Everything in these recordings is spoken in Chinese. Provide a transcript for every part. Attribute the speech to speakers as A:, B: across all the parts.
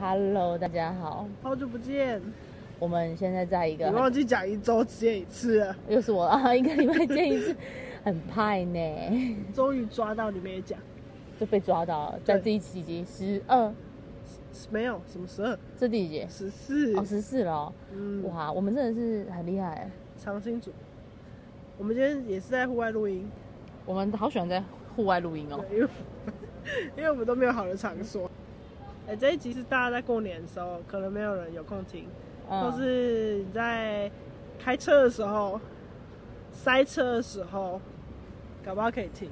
A: Hello，大家好，
B: 好久不见，
A: 我们现在在一
B: 你
A: 个
B: 忘记讲一周只见一次了，
A: 又是我啊， 一个礼拜见一次，很派呢，
B: 终于抓到你没讲，
A: 就被抓到了，在
B: 对
A: 第几集？十二，
B: 没有什么十二
A: 这第几集？
B: 十四
A: 哦，，十四了哦、
B: 嗯，
A: 哇，我们真的是很厉害，
B: 长青组。我们今天也是在户外录音，
A: 我们好喜欢在户外录音哦。
B: 对，因为 因为我们都没有好的场所。哎、这一集是大家在过年的时候，可能没有人有空听，
A: 嗯
B: 或是你在开车的时候、塞车的时候，搞不好可以听。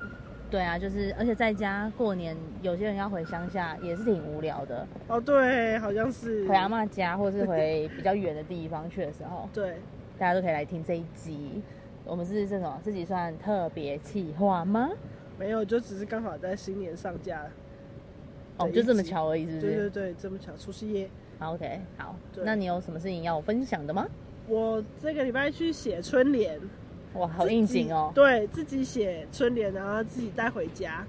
A: 对啊，就是而且在家过年，有些人要回乡下也是挺无聊的，
B: 哦，对，好像是
A: 回阿嬷家或是回比较远的地方去的时 候，
B: 对，
A: 大家都可以来听这一集。我们是这种自己算特别企划吗？
B: 没有，就只是刚好在新年上架。
A: 哦，
B: 对
A: 就这么
B: 一集
A: 巧而已，是不
B: 对
A: 是？
B: 对对，这么巧，除夕夜。
A: 好，OK，好。
B: 对
A: 那你有什么事情要我分享的吗？
B: 我这个礼拜去写春联，
A: 哇，好应景哦
B: 自己，对自己写春联，然后自己带回家。啊，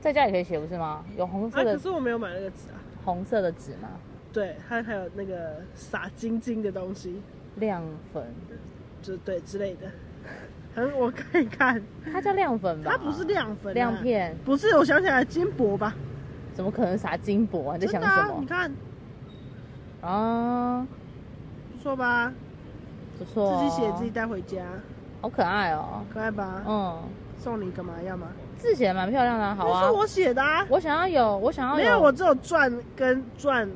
A: 在家也可以写不是吗？有红色的、
B: 可啊是我没有买那个纸啊。
A: 红色的纸吗？
B: 对，它还有那个撒晶晶的东西，
A: 亮粉，
B: 就对之类的。很，我看一看，
A: 它叫亮粉吧？
B: 它不是亮粉、啊，
A: 亮，片，
B: 不是，我想起来金箔吧？
A: 怎么可能撒金箔啊？你在想
B: 真的啊
A: 什，
B: 你
A: 么
B: 看
A: 啊？
B: 不错吧？
A: 不错、哦，
B: 自己写自己带回家，
A: 好可爱哦。
B: 可爱吧？
A: 嗯，
B: 送你干嘛？要吗？
A: 字写的蛮漂亮的啊，好
B: 那
A: 啊。
B: 是我写的、啊。
A: 我想要有，我想要
B: 没有，我只有转跟转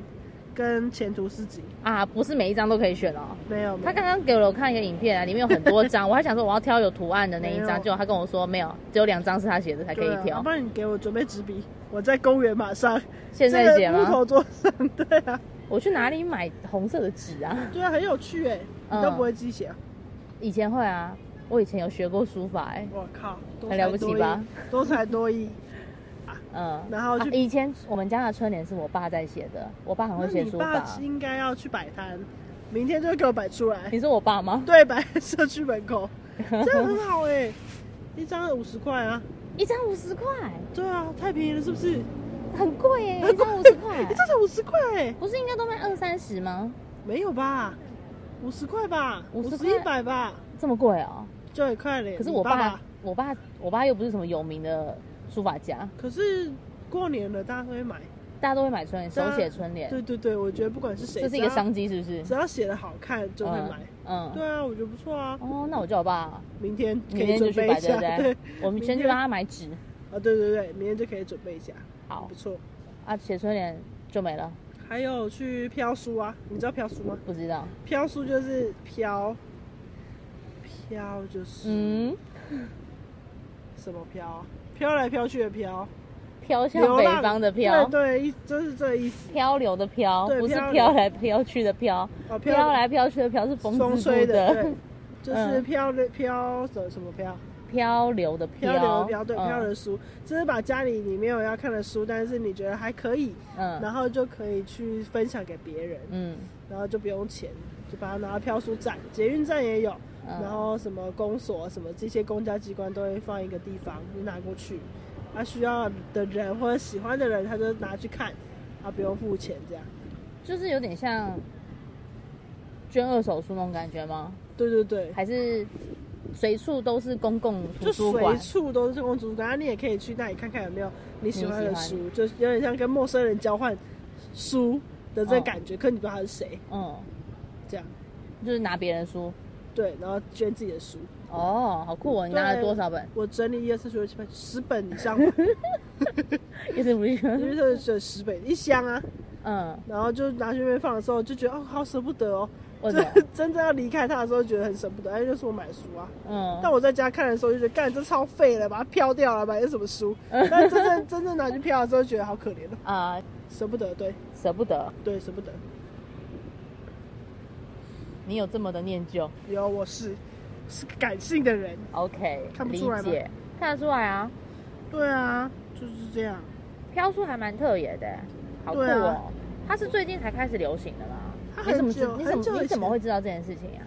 B: 跟前途似锦，
A: 啊，不是每一张都可以选哦。
B: 没
A: 他
B: 有。没有
A: 刚刚给了我看一个影片啊，里面有很多张，我还想说我要挑有图案的那一
B: 没有
A: 张，结果他跟我说没有，只有两张是他写的才可
B: 对
A: 以
B: 啊
A: 挑
B: 要不。然你给我准备纸笔，我在公园马上
A: 现在写
B: 这个木
A: 吗？
B: 头桌上，对啊，
A: 我去哪里买红色的纸啊？
B: 对啊，很有趣哎，
A: 嗯
B: 你都不会自己写啊，
A: 以前会啊，我以前有学过书法哎、
B: 我靠，多
A: 很
B: 才
A: 了不起
B: 多艺
A: 吧？
B: 多才 多艺，
A: 嗯，
B: 然后
A: 啊
B: 去
A: 以前我们家的春联是我爸在写的，我爸很
B: 那
A: 会写
B: 你
A: 书
B: 爸
A: 法。
B: 应该要去摆摊，明天就给我摆出来，
A: 你是我爸吗？
B: 对，摆在社区门口，这样很好哎，一张五十块啊，
A: 一张五十块，
B: 对啊，太便宜了是不是？
A: 很贵耶、一张五十
B: 哎，
A: 块，
B: 这才五十块哎。
A: 不是应该都卖二三十吗？
B: 没有吧？五十块吧，五
A: 50
B: 十
A: 块
B: 一百吧，
A: 这么贵哦、
B: 就很快了。
A: 可是我
B: 你爸
A: 爸，我爸，我爸又不是什么有名的书法家，
B: 可是过年了，大家都会买。
A: 大家都会买春联，手
B: 对啊
A: 写春联，
B: 对对对，我觉得不管是谁，
A: 这是一个
B: 只要
A: 商机，是不是？
B: 只要写的好看就会买。
A: 嗯。嗯
B: 对啊，我觉得不错啊。
A: 哦，那我叫我爸，
B: 明天可
A: 明
B: 以
A: 天就
B: 准
A: 去
B: 备
A: 摆，
B: 一
A: 对不
B: 下，
A: 对？ 我们先去
B: 明天
A: 帮他买纸。
B: 啊，对对对，明天就可以准备一下，
A: 好
B: 不错。
A: 啊，写春联就没了，
B: 还有去飘书啊，你知道飘书吗？
A: 不知道。
B: 飘书就是飘，飘就是
A: 嗯，
B: 什么飘啊？飘来飘去的飘，
A: 飘向
B: 流
A: 北
B: 浪
A: 方的飘，
B: 对对，一就是这个意思。
A: 漂流的漂，
B: 对
A: 不是
B: 漂流
A: 飘来飘去的飘，
B: 哦，
A: 飘来飘去的飘是风
B: 风
A: 字
B: 吹
A: 部
B: 的，对，就是
A: 嗯
B: 漂流漂什什么漂，
A: 漂流的
B: 漂流漂对
A: 嗯
B: 漂流书，就是把家里你没有要看的书，但是你觉得还可以，
A: 嗯
B: 然后就可以去分享给别人，
A: 嗯
B: 然后就不用钱，就把它拿到漂书站、捷运站也有，
A: 嗯
B: 然后什么公所什么这些公家机关都会放一个地方，你拿过去，啊需要的人或者喜欢的人他就拿去看，啊不用付钱这样，
A: 就是有点像捐二手书那种感觉吗？
B: 对对对。
A: 还是随处都是公共图
B: 就
A: 书馆
B: 随？处都是公主馆，啊你也可以去那里看看有没有你喜欢的
A: 你喜
B: 书，就有点像跟陌生人交换书的这
A: 哦
B: 个感觉，可你不知道他是谁，
A: 嗯，
B: 这样
A: 就是拿别人的书。
B: 对，然后捐自己的书。
A: 哦，好酷哦！你拿了
B: 对
A: 多少本？
B: 我整理一二三四五六七八十本 以上吧，
A: 一直不
B: 因
A: 是？
B: 为这是十本一箱啊，
A: 嗯，
B: 然后就拿去那边放的时候，就觉得哦，好舍不得哦。
A: 为什
B: 就
A: 么？
B: 真正要离开他的时候，觉得很舍不得，哎，就是我买书啊。但
A: 嗯，
B: 我在家看的时候，就觉得干这超废了，把它飘掉了，买的什么 书？但真正真正拿去飘的时候，觉得好可怜哦，
A: 啊，
B: 舍不得，对
A: 舍不得。
B: 对，舍不得。
A: 你有这么的念旧
B: 有，我是是个感性的人。
A: ？OK，
B: 看不
A: 理
B: 出来吗
A: 解，看得出来啊。
B: 对啊，就是这样。
A: 飘书还蛮特别的，好酷
B: 对啊
A: 哦！它是最近才开始流行的吗？
B: 它
A: 你
B: 很
A: 怎么知
B: 久？
A: 你怎
B: 很久
A: 么
B: 以
A: 你怎么
B: 前
A: 会知道这件事情啊？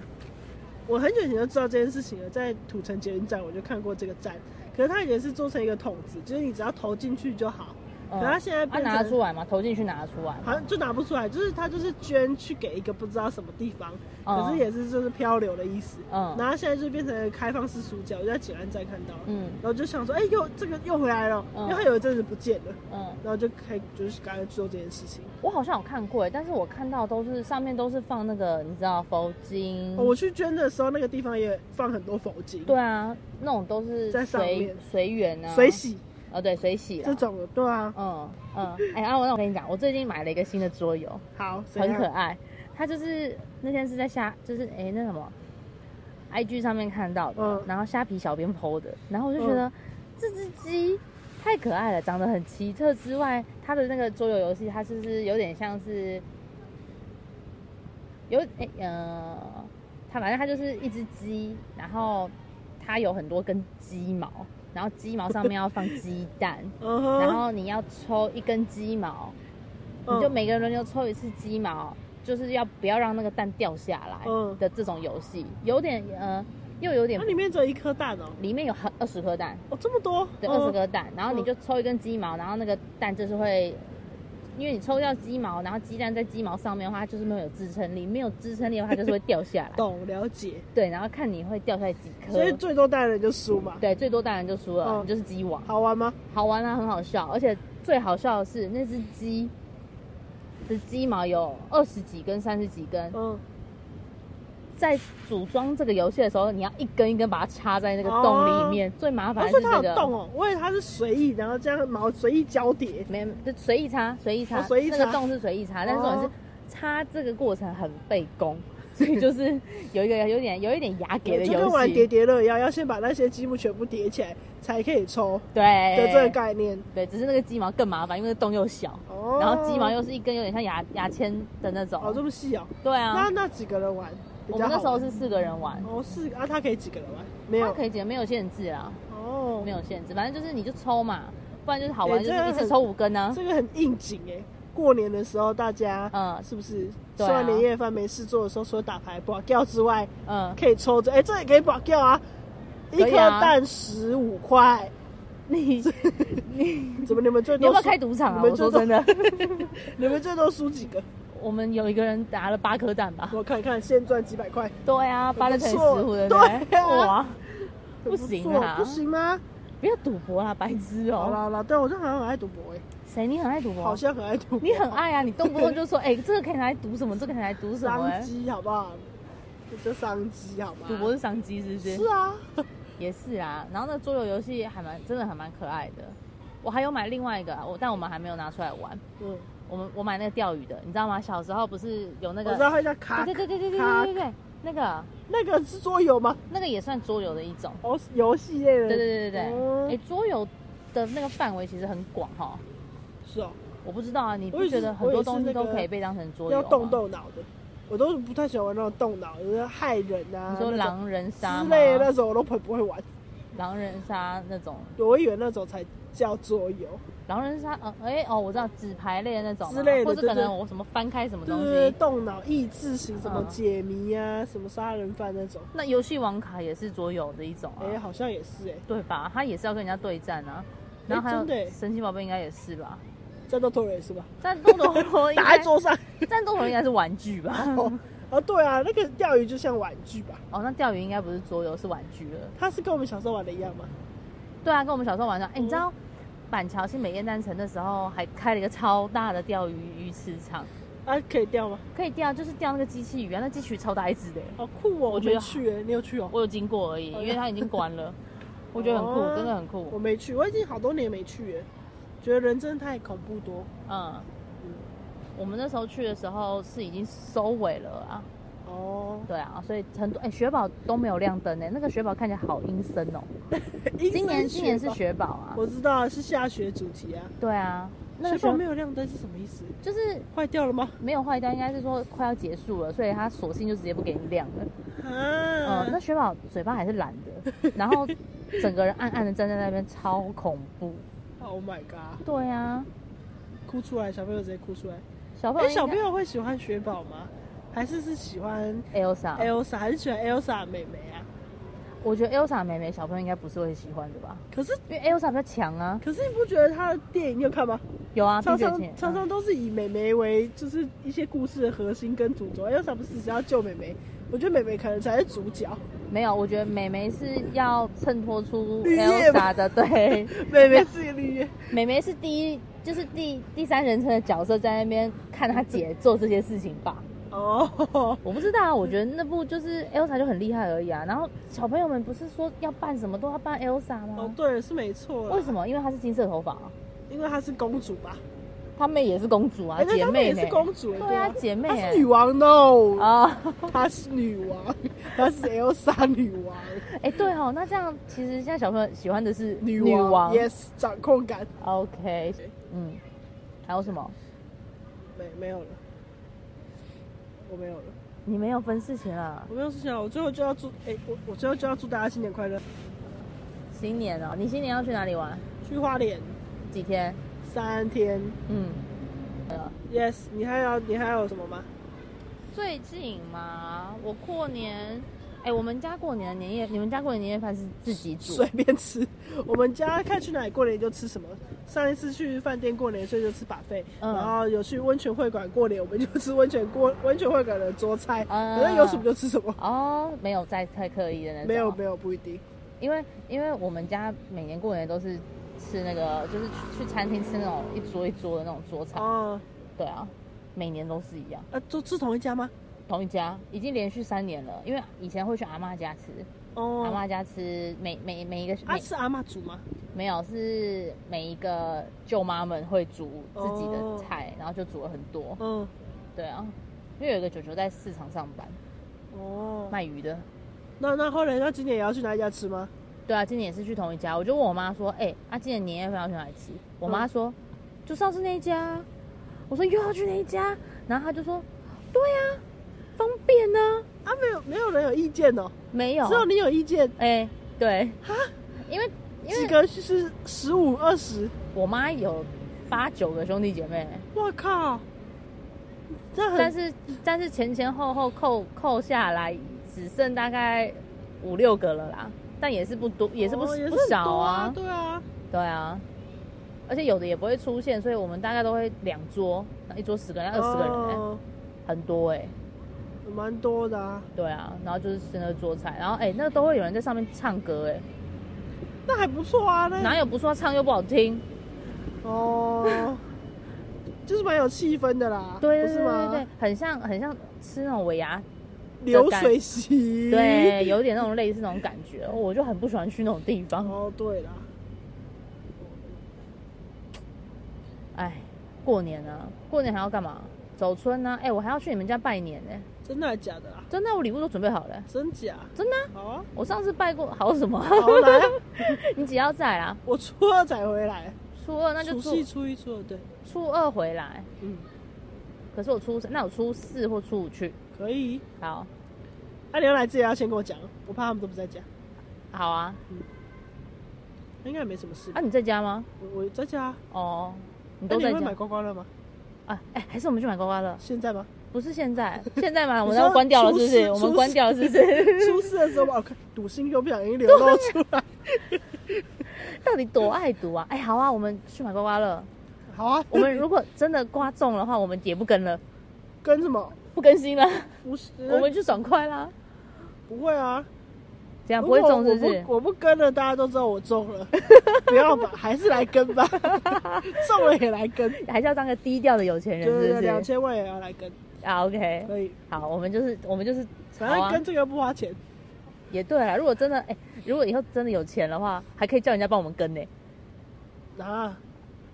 B: 我很久以前就知道这件事情了，在土城捷运站我就看过这个站，可是它以前是做成一个筒子，就是你只要投进去就好，
A: 嗯
B: 可他现在
A: 啊
B: 变成、
A: 拿得出来吗？投进去拿得出来吗？
B: 好像就拿不出来，就是他就是捐去给一个不知道什么地方，
A: 嗯
B: 可是也是就是漂流的意思。
A: 嗯
B: 然后现在就变成开放式塑胶，我就在景安站看到了，
A: 嗯
B: 然后就想说，哎、又这个又回来了，
A: 嗯
B: 因为它有一阵子不见了，
A: 嗯，
B: 然后就开就是赶快去做这件事情。
A: 我好像有看过耶，但是我看到都是上面都是放那个你知道佛经，
B: 哦我去捐的时候，那个地方也放很多佛经，
A: 嗯对啊，那种都是
B: 在上
A: 随
B: 面
A: 随缘啊，
B: 水洗
A: 哦对水洗啦
B: 这。种的，对啊。
A: 嗯嗯，哎、阿文，那我跟你讲，我最近买了一个新的桌游，
B: 好，怎
A: 很
B: 样
A: 可爱。它就是那天是在虾，就是哎、那什么，IG 上面看到的，
B: 嗯
A: 然后虾皮小编 PO 的，然后我就觉得、这只鸡太可爱了，长得很奇特之外，它的那个桌游游戏，它就是有点像是有哎、呃，它反正它就是一只鸡，然后它有很多根鸡毛，然后鸡毛上面要放鸡蛋。
B: 嗯哼，
A: 然后你要抽一根鸡毛，
B: 嗯
A: 你就每个人轮流抽一次鸡毛，就是要不要让那个蛋掉下来
B: 嗯
A: 的这种游戏，有点呃，又有点
B: 它里面只有一颗蛋哦，
A: 里面有很二十颗蛋，
B: 哦这么多，
A: 对，
B: 嗯。
A: 二十颗蛋，然后你就抽一根鸡毛，然后那个蛋就是会。因为你抽掉鸡毛，然后鸡蛋在鸡毛上面的话，它就是没有支撑力，没有支撑力的话，它就是会掉下来
B: 懂了解，
A: 对，然后看你会掉下来几颗。
B: 所以最多蛋的人就输嘛，
A: 对，最多当然就输了，
B: 嗯
A: 你就是鸡王。
B: 好玩吗？
A: 好玩啊，很好笑，而且最好笑的是那只鸡的鸡毛有二十几根、三十几根，
B: 嗯，
A: 在组装这个游戏的时候，你要一根一根把它插在那个洞里面，最麻烦
B: 而
A: 的是
B: 且它
A: 这个。
B: 有洞哦，我以为它是随意，然后这样毛随意交叠，
A: 没就随意插，随意插，
B: 哦随意插
A: 那个洞是随意插，但是重点是
B: 哦
A: 插这个过程很费工， 所以 就是有一个有点有一点雅给的
B: 就跟
A: 游
B: 玩叠
A: 戏，
B: 叠乐一样，要先把那些积木全部叠起来才可以抽的这个
A: 对，
B: 概念。
A: 对，只是那个鸡毛更麻烦，因为那个洞又小，
B: 哦，
A: 然后鸡毛又是一根有点像牙牙签的那种，
B: 哦这么细哦，
A: 对啊，
B: 那那几个人玩比
A: 我
B: 较
A: 们那
B: 好
A: 时候
B: 玩？
A: 是四个人玩，
B: 哦是啊，它可以几个人玩？没
A: 它
B: 有
A: 可以解没有限制啦，
B: 哦，
A: 没有限制，反正就是你就抽嘛，不然就是好玩，
B: 欸
A: 就
B: 这
A: 是
B: 个
A: 一次
B: 很
A: 抽五根啊呢、
B: 这个很应景哎。过年的时候，大家
A: 嗯
B: 是不是吃
A: 对啊
B: 完年夜饭没事做的时候，除了打牌、保钓之外，
A: 嗯，
B: 可以抽着，哎、这也可以保钓啊，一
A: 可
B: 颗
A: 以啊
B: 蛋十五块，
A: 你
B: 怎么你们最
A: 你要
B: 多
A: 不要
B: 输
A: 开赌场啊？
B: 你
A: 我
B: 们
A: 说
B: 最
A: 真
B: 多，
A: 的，
B: 你们最多输几个？
A: 我们有一个人打了八颗蛋吧？
B: 我看看，现赚几百块，
A: 对啊，八的乘以十
B: 错
A: 五的
B: 对啊
A: 哇，
B: 很
A: 不
B: 错
A: 行啊
B: 不行吗？
A: 不要赌博啦，白痴
B: 好啦
A: 哦、
B: 好啦，对我就好像很爱赌博哎、
A: 谁你很爱赌博？
B: 好像很爱赌博，
A: 你很爱啊，你动不动就说， 哎、这个可以拿来赌什么，这个可以拿来赌什么、
B: 商
A: 哎，
B: 机好不好？这就商机好吗？
A: 赌博是商机是不是？
B: 是啊，
A: 也是啊，然后那个桌游游戏还蛮真的还蛮可爱的。我还有买另外一个啊，我但我们还没有拿出来玩。
B: 嗯，
A: 我们我买那个钓鱼的，你知道吗？小时候不是有那
B: 我
A: 个
B: 知，道它叫卡，
A: 对对对对对对
B: 卡
A: 对对对，那个
B: 那个是桌游吗？
A: 那个也算桌游的一种。
B: 哦，游戏类的，
A: 对对对对对，哎、
B: 嗯
A: 桌游的那个范围其实很广哈。
B: 是哦，
A: 我不知道啊，你
B: 我
A: 不
B: 也是
A: 觉得很多东西都
B: 我也是那个
A: 可以被当成桌游
B: 要
A: 吗？
B: 动动脑的，我都不太喜欢玩那种动脑，就是害人啊，
A: 你说
B: 那种
A: 狼人杀吗
B: 之类的那种我都不不会玩，
A: 狼人杀那种，
B: 我以为那种才叫桌游。
A: 狼人杀，呃，哎、哦，我知道纸牌类的那种嘛，啊
B: 之类的
A: 或者
B: 对
A: 可
B: 对
A: 能我什么翻开什么
B: 对
A: 东
B: 对
A: 西，
B: 对，动脑益智型，什么
A: 嗯
B: 解谜啊，什么杀人犯那种，
A: 那游戏王卡也是桌游的一种啊，
B: 哎、好像也是哎、
A: 对吧？它也是要跟人家对战啊。然后还
B: 真的
A: 有
B: 耶
A: 神奇宝贝应该也是吧？
B: 战斗陀螺也是吧？
A: 战斗陀螺应
B: 打
A: 该
B: 在，桌上。
A: 战斗陀螺应该是玩具吧？
B: 哦，哦，对啊，那个钓鱼就像玩具吧？
A: 哦，那钓鱼应该不是桌游，是玩具了。
B: 它是跟我们小时候玩的一样吗？
A: 对啊，跟我们小时候玩的。哎、你知道板桥新美燕丹城的时候还开了一个超大的钓鱼鱼池场，
B: 啊，可以钓吗？
A: 可以钓，就是钓那个机器鱼啊，那机器鱼超大一只的耶。
B: 好酷哦！
A: 我
B: 我
A: 觉得
B: 没去哎、你有去哦？
A: 我有经过 而已，因为它已经关了。我觉得很酷，
B: 哦
A: 真的很
B: 我
A: 酷。
B: 没去，我已经好多年没去哎、觉得人真的太恐怖多。
A: 嗯，我们那时候去的时候是已经收尾了啊。
B: 哦，
A: 对啊，所以很多哎、雪宝都没有亮灯呢、欸那个雪宝看起来好阴森哦、今年今年是
B: 雪，
A: 雪宝啊，
B: 我知道啊是下雪主题啊。
A: 对啊，那个
B: 雪
A: 雪
B: 宝没有亮灯是什么意思？
A: 就是
B: 坏掉 了吗？
A: 没有坏掉，应该是说快要结束了，所以他索性就直接不给你亮了。
B: 啊，
A: 嗯，那雪宝嘴巴还是蓝的，然后整个人暗暗的站在那边，超恐怖。
B: Oh my god！
A: 对啊，
B: 哭出来，小朋友直接哭出来。
A: 小朋哦
B: 哎、
A: 友应该，
B: 小朋友会喜欢雪宝吗？还是是喜欢
A: Elsa，
B: Elsa，还是喜欢 Elsa 妹妹啊？
A: 我觉得 Elsa 妹妹小朋友应该不是会喜欢的吧，
B: 可是，
A: 因为 Elsa 比较强啊。
B: 可是你不觉得他的电影你有看吗？
A: 有啊，
B: 常
A: 冰雪
B: 常
A: 前
B: 常常都是以美眉为就是一些故事的核心跟主轴，要三不四时要救美眉，我觉得美眉可能才是主角，
A: 没有，我觉得美眉是要衬托出
B: 绿叶吧
A: Elsa 的，对，
B: 美眉是一个绿叶，
A: 美眉是第一，就是第第三人称的角色，在那边看她姐做这些事情吧。
B: 哦，
A: 我不知道啊，我觉得那部就是 Elsa 就很厉害而已啊。然后小朋友们不是说要扮什么都要扮 Elsa
B: 哦
A: 吗？
B: 对，啊是没错啦，
A: 为什么？因为她是金色头发、啊，
B: 因为她是公主吧？
A: 她妹也是公主啊，
B: 哎那
A: 姐
B: 她们
A: 妹
B: 也
A: 呢
B: 是公主，欸
A: 对啊，姐妹
B: 她
A: 哎
B: 是女王 no，
A: 啊，
B: 她是女王，她是 Elsa 女王，
A: 哎对哦，那这样其实现在小朋友喜欢的是
B: 女
A: 女王
B: y e s 掌控感，
A: OK，嗯，还有什么？
B: 没没有了，我没有了。
A: 你没有分事情啊？
B: 我没有事情啊，我最后就要祝哎、我我最后就要祝大家新年快乐，
A: 新年哦，你新年要去哪里玩？
B: 去花莲
A: 几天？
B: 三天
A: 嗯，
B: ，yes，你还要你还有什么吗？
A: 最近嘛，我过年，哎、我们家过年的年夜，你们家过年年夜饭是自己煮
B: 随？便吃，我们家看去哪里过年就吃什么。上一次去饭店过年，所以就吃把费、
A: 嗯
B: 然后有去温泉会馆过年，我们就吃温泉过温泉会馆的桌菜，
A: 啊
B: 反正有什么就吃什 么。
A: 哦，没有在太刻意的那种，
B: 没有没有不一定，
A: 因为因为我们家每年过年都是吃那个，就是去去餐厅吃那种一桌一桌的那种桌菜，
B: 哦，
A: 对啊，每年都是一样，
B: 啊，都吃同一家吗？
A: 同一家已经连续三年了，因为以前会去阿嬷家吃，阿
B: 哦，
A: 嬷家吃每每每一个
B: 啊
A: 每
B: 是阿妈煮吗？
A: 没有，是每一个舅妈们会煮自己
B: 哦
A: 的菜，然后就煮了很多。
B: 嗯，
A: 对啊，因为有一个舅舅在市场上班，
B: 哦，
A: 卖鱼的。
B: 那那后来那今年也要去哪一家吃吗？
A: 对啊，今年也是去同一家。我就问我妈说：“哎、啊，今年年夜饭要去哪里吃？”我妈说：“就上次那一家啊。”我说：“又要去那一家？”啊然后她就说：“对呀、方便呢、
B: 啊，没有没有人有意见哦，
A: 没有，
B: 只有你有意见。
A: 哎、对，因为因
B: 几
A: 为
B: 个就是十五二十，
A: 我妈有八九个兄弟姐妹。”
B: 我靠，这很
A: 但是但是前前后后扣扣下来，只剩大概五六个了啦，但也是不多，也是不、
B: 哦也是
A: 不
B: 很
A: 少
B: 多
A: 啊，
B: 对啊，
A: 对啊，而且有的也不会出现，所以我们大概都会两桌，那一桌十个人，二十个人、欸
B: 哦
A: 很多哎、
B: 蛮多的啊。
A: 对啊，然后就是吃那个桌菜，然后哎、欸那都会有人在上面唱歌哎、
B: 那还不错啊，那
A: 哪有不说唱又不好听？
B: 哦，就是蛮有气氛的啦，
A: 对
B: 不
A: 对
B: 是
A: 对对对
B: 吗？，
A: 很像很像吃那种尾牙，
B: 流水席，
A: 对，，有点那种类似那种感觉，我就很不喜欢去那种地方。
B: 哦对啦，
A: 哎，过年啊，过年还要干嘛？走村啊！哎，我还要去你们家拜年呢、
B: 真的还假的啦？啊
A: 真的，我礼物都准备好了、
B: 真假？
A: 真的啊、
B: 好啊，
A: 我上次拜过，好什么？
B: 好来啊，
A: 你姐要在啊啦，
B: 我初二才回来，
A: 初二那就
B: 除
A: 初
B: 夕初一初二对，
A: 初二回来，
B: 嗯，
A: 可是我初三，那我初四或初五去。
B: 可以。
A: 好，
B: 啊，你要来之前要先跟我讲，我怕他们都不在家，
A: 好啊，
B: 应该也没什么事
A: 啊，。你在家吗？
B: 我我在家啊，
A: 哦，你都
B: 那哎你
A: 在
B: 会
A: 家
B: 买刮刮乐吗？
A: 啊？哎，还是我们去买刮刮乐？
B: 现在吗？
A: 不是现在，现在嘛，我们
B: 你说
A: 要关掉了，是不
B: 初
A: 是？
B: 四
A: 我们关掉了，是不是？
B: 出事的时候把赌性又不小心流露出来。
A: 到底多爱赌啊？哎，好啊，我们去买刮刮乐。
B: 好啊，
A: 我们如果真的刮中的话，我们也不跟了，
B: 跟什么？
A: 不更新了。
B: 不是，嗯
A: 我们就爽快啦，
B: 不会啊。
A: 这样
B: 如
A: 不
B: 果
A: 会中是不
B: 我
A: 是？
B: 不我不跟了，大家都知道我中了，不要吧，还是来跟 吧，中了也来跟，
A: 还是要当个低调的有钱人，
B: 对
A: 是
B: 对，两
A: 不是？
B: 千万也要来跟，
A: 啊，OK，
B: 可以，
A: 好，我们就是我们就是，
B: 反
A: 好
B: 正
A: 啊
B: 跟这个又不花钱，
A: 也对啦。如果真的哎、如果以后真的有钱的话，还可以叫人家帮我们跟呢、
B: 啊，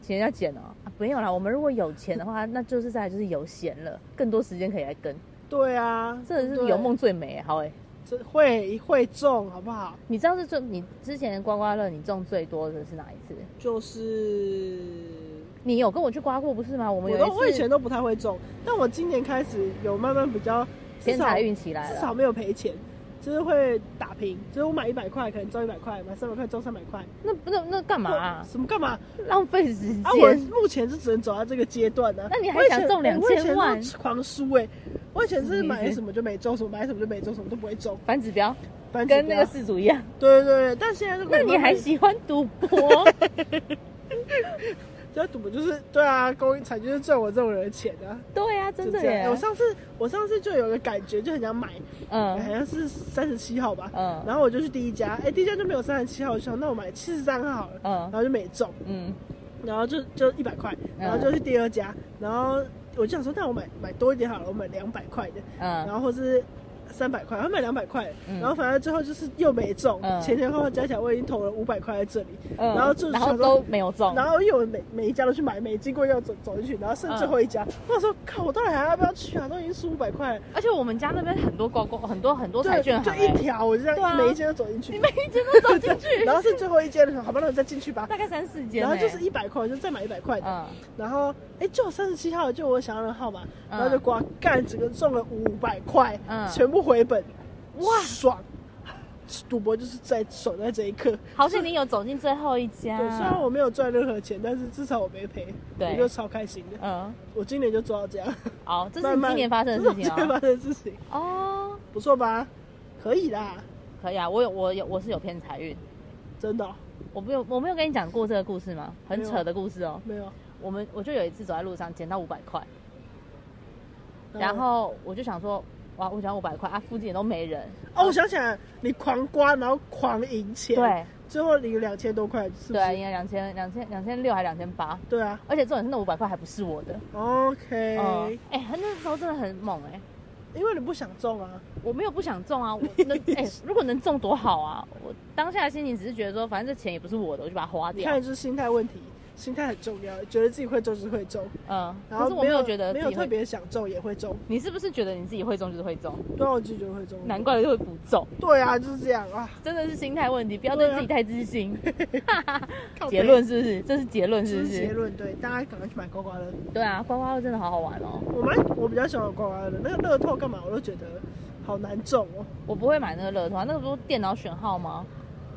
A: 请人家剪哦、啊没有啦，我们如果有钱的 话，那就是再来就是有闲了，更多时间可以来跟，
B: 对啊，
A: 真的
B: 对
A: 是有梦，最美、好哎、
B: 这会会中好不好？
A: 你知道是中你之前刮刮乐你中最多的是哪一次？
B: 就是
A: 你有跟我去刮过不是吗？我们
B: 我
A: 有
B: 都我以
A: 一
B: 前
A: 次
B: 都不太会中，但我今年开始有慢慢比较
A: 偏
B: 至少
A: 财运起来
B: 至
A: 了
B: 少，没有赔钱，就是会打平，就是我买一百块可能中一百块，买三百块中三百块，
A: 那那那干嘛啊、
B: 或什么干嘛？
A: 浪费时间、
B: 啊，我目前是只能走到这个阶段呢、
A: 那你还
B: 我以前
A: 想中
B: 哎我以
A: 2000
B: 前
A: 万
B: 都狂输哎、我以前是买
A: 你是
B: 什么就没中，什么买什么就没中，什么都不会中，
A: 反指标。
B: 反正
A: 跟那个
B: 只
A: 事主一 样。
B: 不要对对对，但现在这个
A: 那你还喜欢赌博？
B: 这赌博就是对啊，公益彩就是赚我这种人的钱啊，
A: 对呀、真
B: 就
A: 的
B: 这样
A: 耶
B: 哎我，上次我上次就有个感觉，就很想买，好
A: 嗯
B: 像是三十七号吧，
A: 嗯
B: 然后我就去第一家，哎，第一家就没有三十七号，我就想那我买七十三号好了，然
A: 嗯
B: 后就没中，
A: 嗯
B: 然后就就一百块，然后就去第二家，然后我就想说，那我买买多一点好了，我买两百块的，然
A: 嗯，
B: 后或是三百块，然后买两百块，
A: 嗯
B: 然后反正最后就是又没中，
A: 嗯
B: 前前后后加起来我已经投了五百块在这里，
A: 嗯
B: 然后就是
A: 然
B: 想
A: 后
B: 说
A: 都没有中，
B: 然后因为我每每一家都去买，每经过要走走进去，然后
A: 嗯
B: 剩最后一家，我想说靠，我到底还要不要去啊？都已经输五百块了，
A: 而且我们家那边很多高工，很多很多彩
B: 对，
A: 券
B: 就
A: 行、
B: 一
A: 欸，
B: 条，我就这
A: 对啊
B: 样每一间都走进去，
A: 你每一间都走进去，
B: 然后剩最后一间的时候，好吧，那我再进去吧。
A: 大概三四间、欸，
B: 然后就是一百块，我就再买一百块的。
A: 嗯
B: 然后哎，就三十七号，就我想要的号码，然后就
A: 嗯
B: 刮干，整个中了五百块，
A: 嗯
B: 全部回本，
A: 哇
B: 爽！赌博就是在爽在这一刻，
A: 好险你有走进最后一家，
B: 对，虽然我没有赚任何钱，但是至少我没赔，
A: 对
B: 我就超开心的。
A: 嗯，
B: 我今年就做到这样，
A: 好，这是
B: 慢
A: 你
B: 慢
A: 今年发生
B: 这
A: 的
B: 是我
A: 事
B: 今
A: 情
B: 年
A: 哦
B: 发。生的事情，
A: 哦，
B: 不错吧？可以啦，
A: 可以啊，我有我有我是有偏财运，
B: 真的哦、
A: 我没有我没有跟你讲过这个故事吗？很
B: 没有
A: 扯的故事哦。
B: 没有。
A: 我们我就有一次走在路上捡到五百块，然后我就想说，哇，我捡五百块啊，附近也都没人，
B: 哦，我想起来，你狂刮，然后狂赢钱，，
A: 对
B: 最后赢两千多块，是不
A: 对，应啊该
B: 是？
A: 两千两千两千六还两千八，
B: 对啊
A: 而且重点是那五百块还不是我的，
B: ，OK，、
A: 嗯，哎、那时候真的很猛哎、
B: 因为你不想中啊，
A: 我没有不想中啊，我 能哎、如果能中多好啊！我当下的心情只是觉得说，反正这钱也不是我的，我就把它花
B: 你
A: 掉。
B: 看就是心态问题，心态很重要，觉得自己会中就是会中，
A: 嗯，
B: 然
A: 可
B: 后
A: 是我没
B: 有
A: 觉得
B: 没
A: 自
B: 有
A: 己
B: 特
A: 会。
B: 别想中也会中，
A: 你是不是觉得你自己会中就是会中？
B: 对啊，我就觉得会中，
A: 难怪就会不中，
B: 对啊，就是这样啊，
A: 真的是心态问题，不要对
B: 对啊
A: 自己太自信。
B: 靠
A: 结
B: 北
A: 论是不是？这是结论
B: 这
A: 是
B: 是
A: 不
B: 结
A: 是？
B: 论，对，大家赶快去买刮刮乐，
A: 对啊，刮刮乐真的好好玩哦。
B: 我蛮我比较喜欢刮刮乐，那个乐透干嘛我都觉得好难中哦，
A: 我不会买那个乐啊团，那个不是电脑选号吗？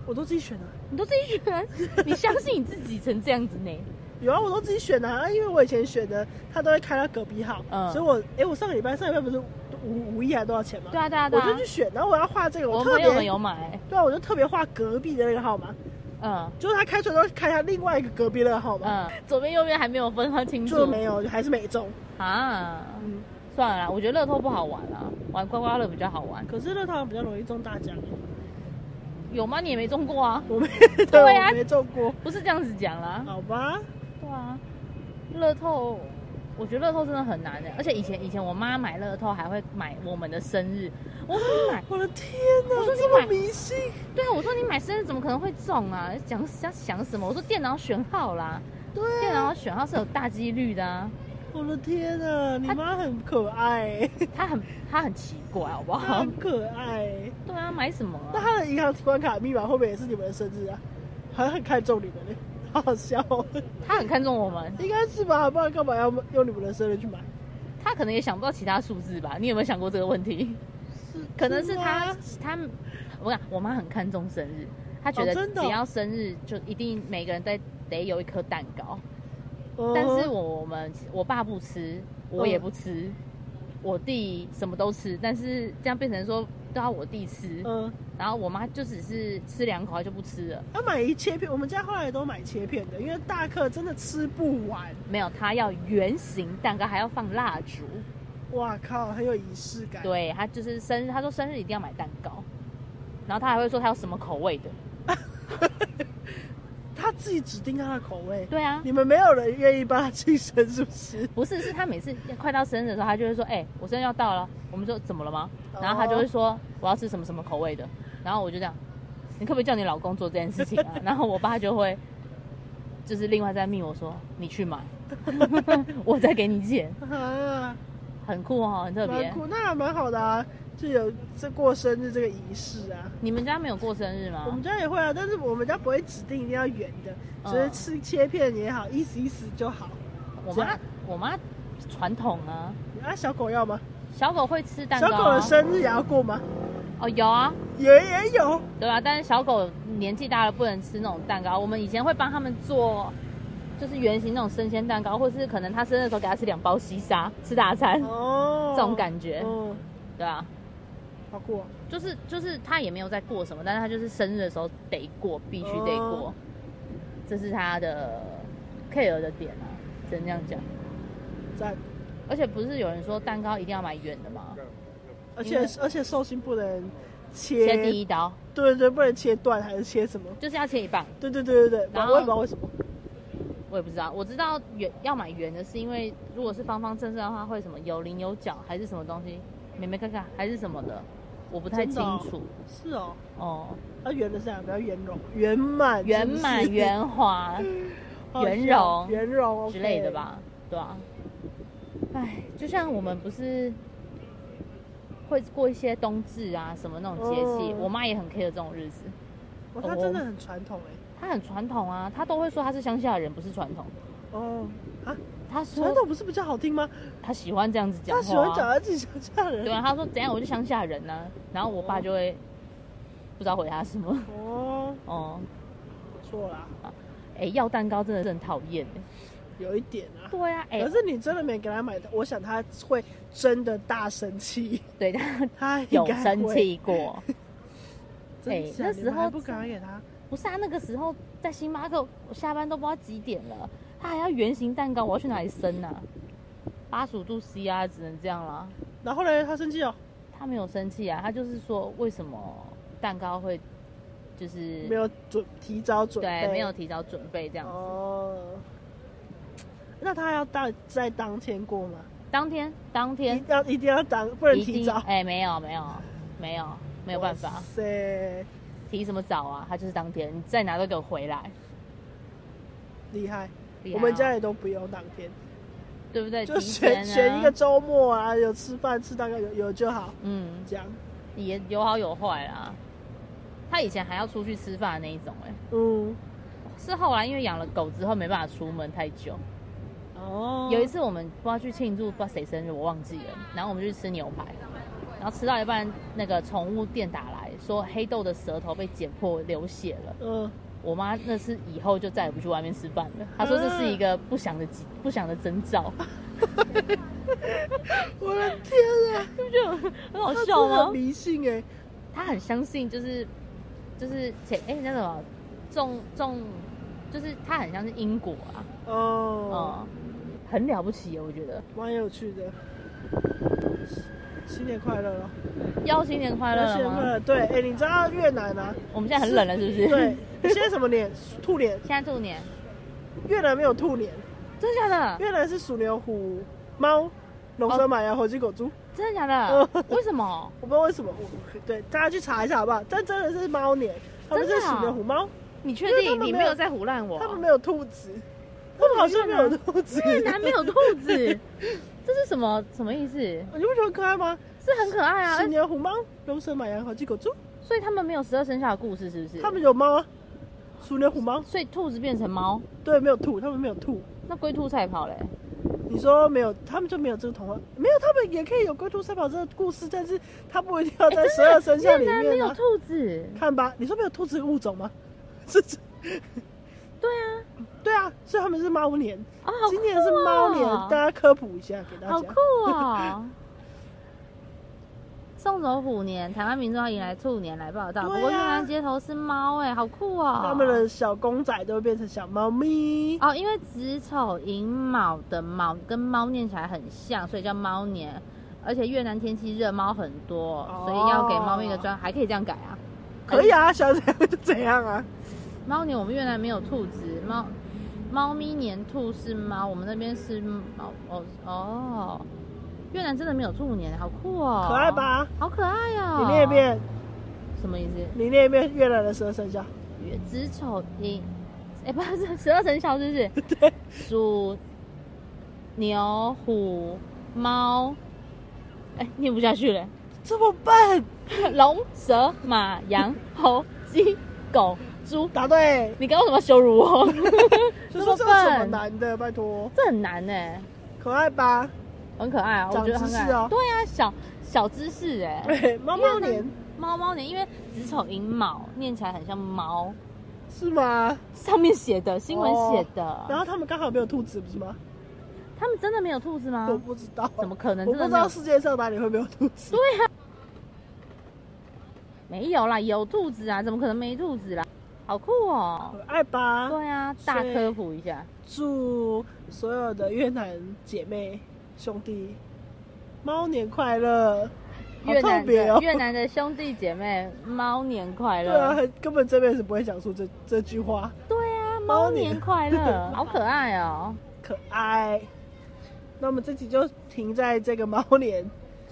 B: 我都自己选的、啊。
A: 你都自己 选，你相信你自己成这样子呢？
B: 有啊，我都自己选的、啊，因为我以前选的，他都会开到隔壁号，
A: 嗯
B: 所以我，哎、我上个礼拜上礼拜不是五五亿还多少钱吗？
A: 对啊对啊对
B: 我
A: 啊
B: 就去，选，然后我要画这个，
A: 我
B: 特
A: 朋友们
B: 别，
A: 有买，
B: 对啊，我就特别画隔壁的那个号码，
A: 嗯
B: 就是他开出来都开他另外一个隔壁那个号码，
A: 嗯，左边右边还没有分很清楚
B: 就没有，
A: 嗯
B: 就还是没中。
A: 啊。
B: 嗯，
A: 算了啦，我觉得乐透不好玩啦，玩刮刮乐比较好玩。
B: 可是乐透好像比较容易中大 奖，啊
A: 有吗？你也没中过啊，
B: 我没，
A: 对啊
B: 我没中过，
A: 不是这样子讲啦。
B: 好吧，
A: 对啊，乐透，我觉得乐透真的很难欸的，而且以前以前我妈买乐透还会买我们的生日，我说 你买，
B: 我的天
A: 我
B: 哪，
A: 说你
B: 这么
A: 买
B: 迷信，
A: 对啊，我说你买生日怎么可能会中啊？想想想什么？我说电脑选号啦，
B: 对
A: 电
B: 啊，
A: 脑选号是有大几率的啊，
B: 我的天哪，你
A: 他
B: 妈很可爱，
A: 他很他很奇怪，好不
B: 她
A: 好？
B: 很可爱。
A: 对啊，买什么
B: 啊那
A: 啊？
B: 他的银行提款卡密码会不会也是你们的生日啊？好像很看重你们呢， 好好笑、哦。
A: 他很看重我们，
B: 应该是吧，不然干嘛要用你们的生日去买？
A: 他可能也想不到其他数字吧？你有没有想过这个问 题？
B: 是
A: 可能是他
B: 吗
A: 他，我讲我妈很看重生日，她觉
B: 哦
A: 得
B: 真的哦
A: 只要生日就一定每个人都得有一颗蛋糕。
B: 嗯
A: 但是我们我爸不吃，我也不
B: 嗯
A: 吃，我弟什么都吃，但是这样变成说都要我弟吃，
B: 嗯，
A: 然后我妈就只是吃两口她就不吃了，
B: 要买一切片，我们家后来都买切片的，因为大客真的吃不完。
A: 没有她要圆形蛋糕还要放蜡烛，
B: 嗯哇靠，很有仪式感。，
A: 对她就是生日，她说生日一定要买蛋糕，然后她还会说她要什么口味的，
B: 他自己指定他的口味，
A: 对啊。
B: 你们没有人愿意帮他庆生，是不是？
A: 不是，是她每次快到生日的时候，她就会说：“哎、我生日要到了。”我们说：“怎么了吗？”
B: 哦
A: 然后她就会说：“我要吃什么什么口味的。”然后我就这样，你可不可以叫你老公做这件事情啊？ 然后我爸就会，就是另外再命我说：“你去买， 我再给你钱。
B: 啊，”
A: 很酷哦，很特
B: 蛮
A: 别。
B: 酷，那还蛮好的啊，就有这过生日这个仪式啊。
A: 你们家没有过生日
B: 我
A: 吗
B: 们？家也会啊，但是我们家不会指定一定要圆的，
A: 嗯
B: 只是吃切片也好，意思意思就好。
A: 我
B: 这
A: 妈
B: 样，
A: 我妈传统啊，
B: 啊，小狗要吗？
A: 小狗会吃蛋糕、
B: 小
A: 啊。
B: 狗的生日也要过吗？
A: 哦，有啊，
B: 也也有，
A: 对啊，但是小狗年纪大了不能吃那种蛋糕。我们以前会帮他们做，就是圆形那种生鲜蛋糕，或是可能他生日的时候给他吃两包西沙，吃大餐、
B: 哦，
A: 这种感觉，
B: 嗯，
A: 对啊，
B: 好酷、哦。
A: 就是就是他也没有在过什么，但是他就是生日的时候得过，必须得过，这是他的 care 的点啊，只能这样讲。
B: 赞。
A: 而且不是有人说蛋糕一定要买圆的吗？
B: 而
A: 因为
B: 且而且寿星不能切，
A: 切第一刀
B: 对对，不能切断还是切什么？
A: 就是要切一半，
B: 对对对对对，
A: 然
B: 我
A: 后
B: 我也不知道为什么。
A: 我也不知道。我知道圆要买圆的是因为如果是方方正正的话，会什么有棱有角还是什么东西，美美看看还是什么的，我不太
B: 真
A: 清
B: 的哦
A: 楚
B: 是哦，
A: 哦。
B: 它圆的是哪个比较圆融、圆满、
A: 圆
B: 是
A: 满、
B: 不是
A: 圆 滑
B: 好笑
A: 圆融
B: 啊圆融
A: 之类的。吧，对啊。哎，就像我们不是会过一些冬至啊什么那种节气，
B: 嗯
A: 我妈也很 care 这种日子。
B: OK 哇，他
A: 哦
B: 真的很传统哎。
A: 她很传统啊，她都会说她是乡下人，不是传统。
B: 哦，啊，
A: 她说
B: 传统不是比较好听吗？
A: 她喜欢这样子讲
B: 他
A: 话、啊，
B: 喜欢讲他自己乡下人。
A: 对啊，她说怎样我就乡下人呢、然后我爸就会不知道回她什么。
B: 哦，
A: 哦，
B: 不错啦，
A: 哎、要蛋糕真的是很讨厌、欸。
B: 有一点啊。
A: 对啊，哎、
B: 可是你真的没给他买，我想他会真的大生气，
A: 对她
B: 他应
A: 有
B: 该
A: 生
B: 会。
A: 气 过。
B: 真
A: 哎
B: 假
A: 那
B: 你
A: 时
B: 们还
A: 候
B: 不赶快给他，
A: 不是啊，那个时候在星巴克，我下班都不知道几点了，他还要圆形蛋糕，我要去哪里生啊？八十五度 C 啊，只能这样啦。
B: 然后呢，他生气哦，
A: 他没有生气啊，他就是说为什么蛋糕会就是
B: 没有准提早准备，
A: 嗯对没有提早准备这样子。
B: 哦。那他要到在当天过吗？
A: 当天当
B: 一
A: 天
B: 定要一定要当，不能
A: 一
B: 提
A: 定
B: 早。
A: 哎、没有没有没有没有办
B: 哇
A: 法
B: 塞，
A: 提什么早啊，他就是当天，你再拿都给我回来。
B: 厉害！
A: 厉害
B: 我们
A: 哦
B: 家也都不用当天，
A: 对不对？
B: 就
A: 提前
B: 选
A: 啊
B: 选一个周末啊，有吃饭吃蛋糕有有就好，
A: 嗯，
B: 这样。
A: 也有好有坏啦。他以前还要出去吃饭的那一种哎、
B: 嗯，
A: 是后来因为养了狗之后没办法出门太久。
B: 哦
A: 有一次我们不知道去庆祝不知道谁生日，我忘记了，然后我们就去吃牛排，然后吃到一半，那个宠物店打来说黑豆的舌头被剪破流血了。
B: 嗯，
A: 我妈那次以后就再也不去外面吃饭了，她说这是一个不祥的迹不祥的征兆，
B: 我的天啊，
A: 不 就很好
B: 他真
A: 笑哦
B: 的
A: 吗
B: 很？迷信哎，
A: 她很相信、就是，就是前哎、那什么种种，就是她很相信因果啊，
B: 哦，
A: 嗯，很了不起耶，我觉得。
B: 蛮有趣的。新年快乐了！
A: 要新年快乐了
B: 新年快
A: 吗？
B: 乐！对，哎，你知道越南啊？
A: 我们现在很冷了，是不是？
B: 对，，现在什么年？兔年。
A: 现在兔年，
B: 越南没有兔年，
A: 真的假的？
B: 越南是鼠、牛、虎、猫、龙、蛇、马、羊、猴、鸡、狗、猪。
A: 真的假的
B: 嗯？
A: 为什么？
B: 我不知道为什么，我对大家去查一下好不好？但真的是猫年，他们
A: 真
B: 是
A: 的啊
B: 鼠、牛、虎、猫，
A: 你确
B: 因为他
A: 定
B: 们
A: 你
B: 没
A: 没
B: 有
A: 有在胡乱我？
B: 他们没有兔子，他们好像没有兔子。
A: 越南没有兔子，这是什么什么意思？
B: 你不觉得很可爱吗？
A: 是很可爱啊
B: 鼠、，牛、虎、猫、龙、蛇、马、羊、猴、鸡、狗、猪，
A: 所以他们没有十二生肖的故事，是不是？
B: 他们有猫啊。鼠、牛、虎、猫，
A: 所以兔子变成猫，
B: 对，没有兔，他们没有兔。
A: 那龟兔赛跑嘞？
B: 你说没有，他们就没有这个童话，没有，他们也可以有龟兔赛跑这个故事，但是他不一定要
A: 哎
B: 在
A: 真
B: 十二生肖
A: 的，
B: 里
A: 越南没
B: 面、
A: 有
B: 啊。
A: 兔子，
B: 看吧，你说没有兔子物种吗？ 是，
A: 对啊，
B: 对啊，所以他们是猫年，
A: 啊，好酷哦
B: 今年是猫年，大家科普一下给大家。
A: 好酷啊！送走虎年，台湾民众要迎来兔年来报道。
B: 对啊
A: 不过越南街头是猫，哎，好酷哦！
B: 他们的小公仔都会变成小猫咪，
A: 哦，因为子丑寅卯的卯跟猫念起来很像，所以叫猫年。而且越南天气热，猫很多，
B: 哦
A: 所以要给猫咪一个专，还可以这样改啊。
B: 可以啊，想怎样就 怎样啊。
A: 猫年我们越南没有兔子，猫猫咪年兔是猫，我们那边是猫哦哦。越南真的没有兔年，好酷哦！
B: 可爱吧？
A: 好可爱呀、
B: 你念一遍，
A: 什么意思？
B: 你念一遍越南的十二生肖。
A: 子丑寅，哎、不是十二生肖是不是？
B: 对，
A: 鼠、牛、虎、猫，哎、念不下去了。
B: 这么笨，
A: 龙、蛇、马、羊、猴、鸡、狗、猪，
B: 答对。
A: 你刚刚为什么要羞辱我？
B: 就
A: 这么
B: 说这有什么
A: 笨，
B: 难的？拜托，
A: 这很难哎、
B: 可爱吧？
A: 很可爱啊，我觉得
B: 长
A: 很
B: 知
A: 可
B: 识
A: 爱。
B: 哦
A: 对啊，小小知识哎、
B: 对，猫猫
A: 因为
B: 年
A: 呢猫猫年，因为子丑寅卯念起来很像猫，
B: 是吗？
A: 上面写的新闻写的。
B: 哦然后他们刚好没有兔子，不是吗？
A: 他们真的没有兔子吗？
B: 我不知道，
A: 啊怎么可能
B: 我不
A: 真的
B: 知
A: 没
B: 道
A: 有
B: 世界上哪里会没有兔子。
A: 啊没有啦，有兔子啊，怎么可能没兔子啦？好酷哦！
B: 很爱吧？
A: 对啊，大
B: 所以
A: 科普一下，
B: 祝所有的越南姐妹兄弟猫年快乐！好
A: 越
B: 特
A: 南
B: 别
A: 的
B: 哦，
A: 越南的兄弟姐妹，猫年快
B: 对啊，
A: 乐！
B: 很根本这辈子不会讲出这这句话，
A: 对啊，
B: 猫
A: 猫
B: 年
A: 年快乐，好可爱哦，
B: 可爱。那我们这集就停在这个猫年，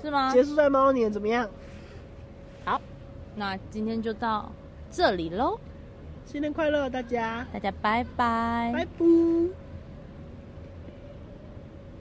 A: 是吗？
B: 结束在猫年怎么样？
A: 好，那今天就到这里喽，
B: 新年快乐，大家，
A: 大家拜拜，
B: 拜拜。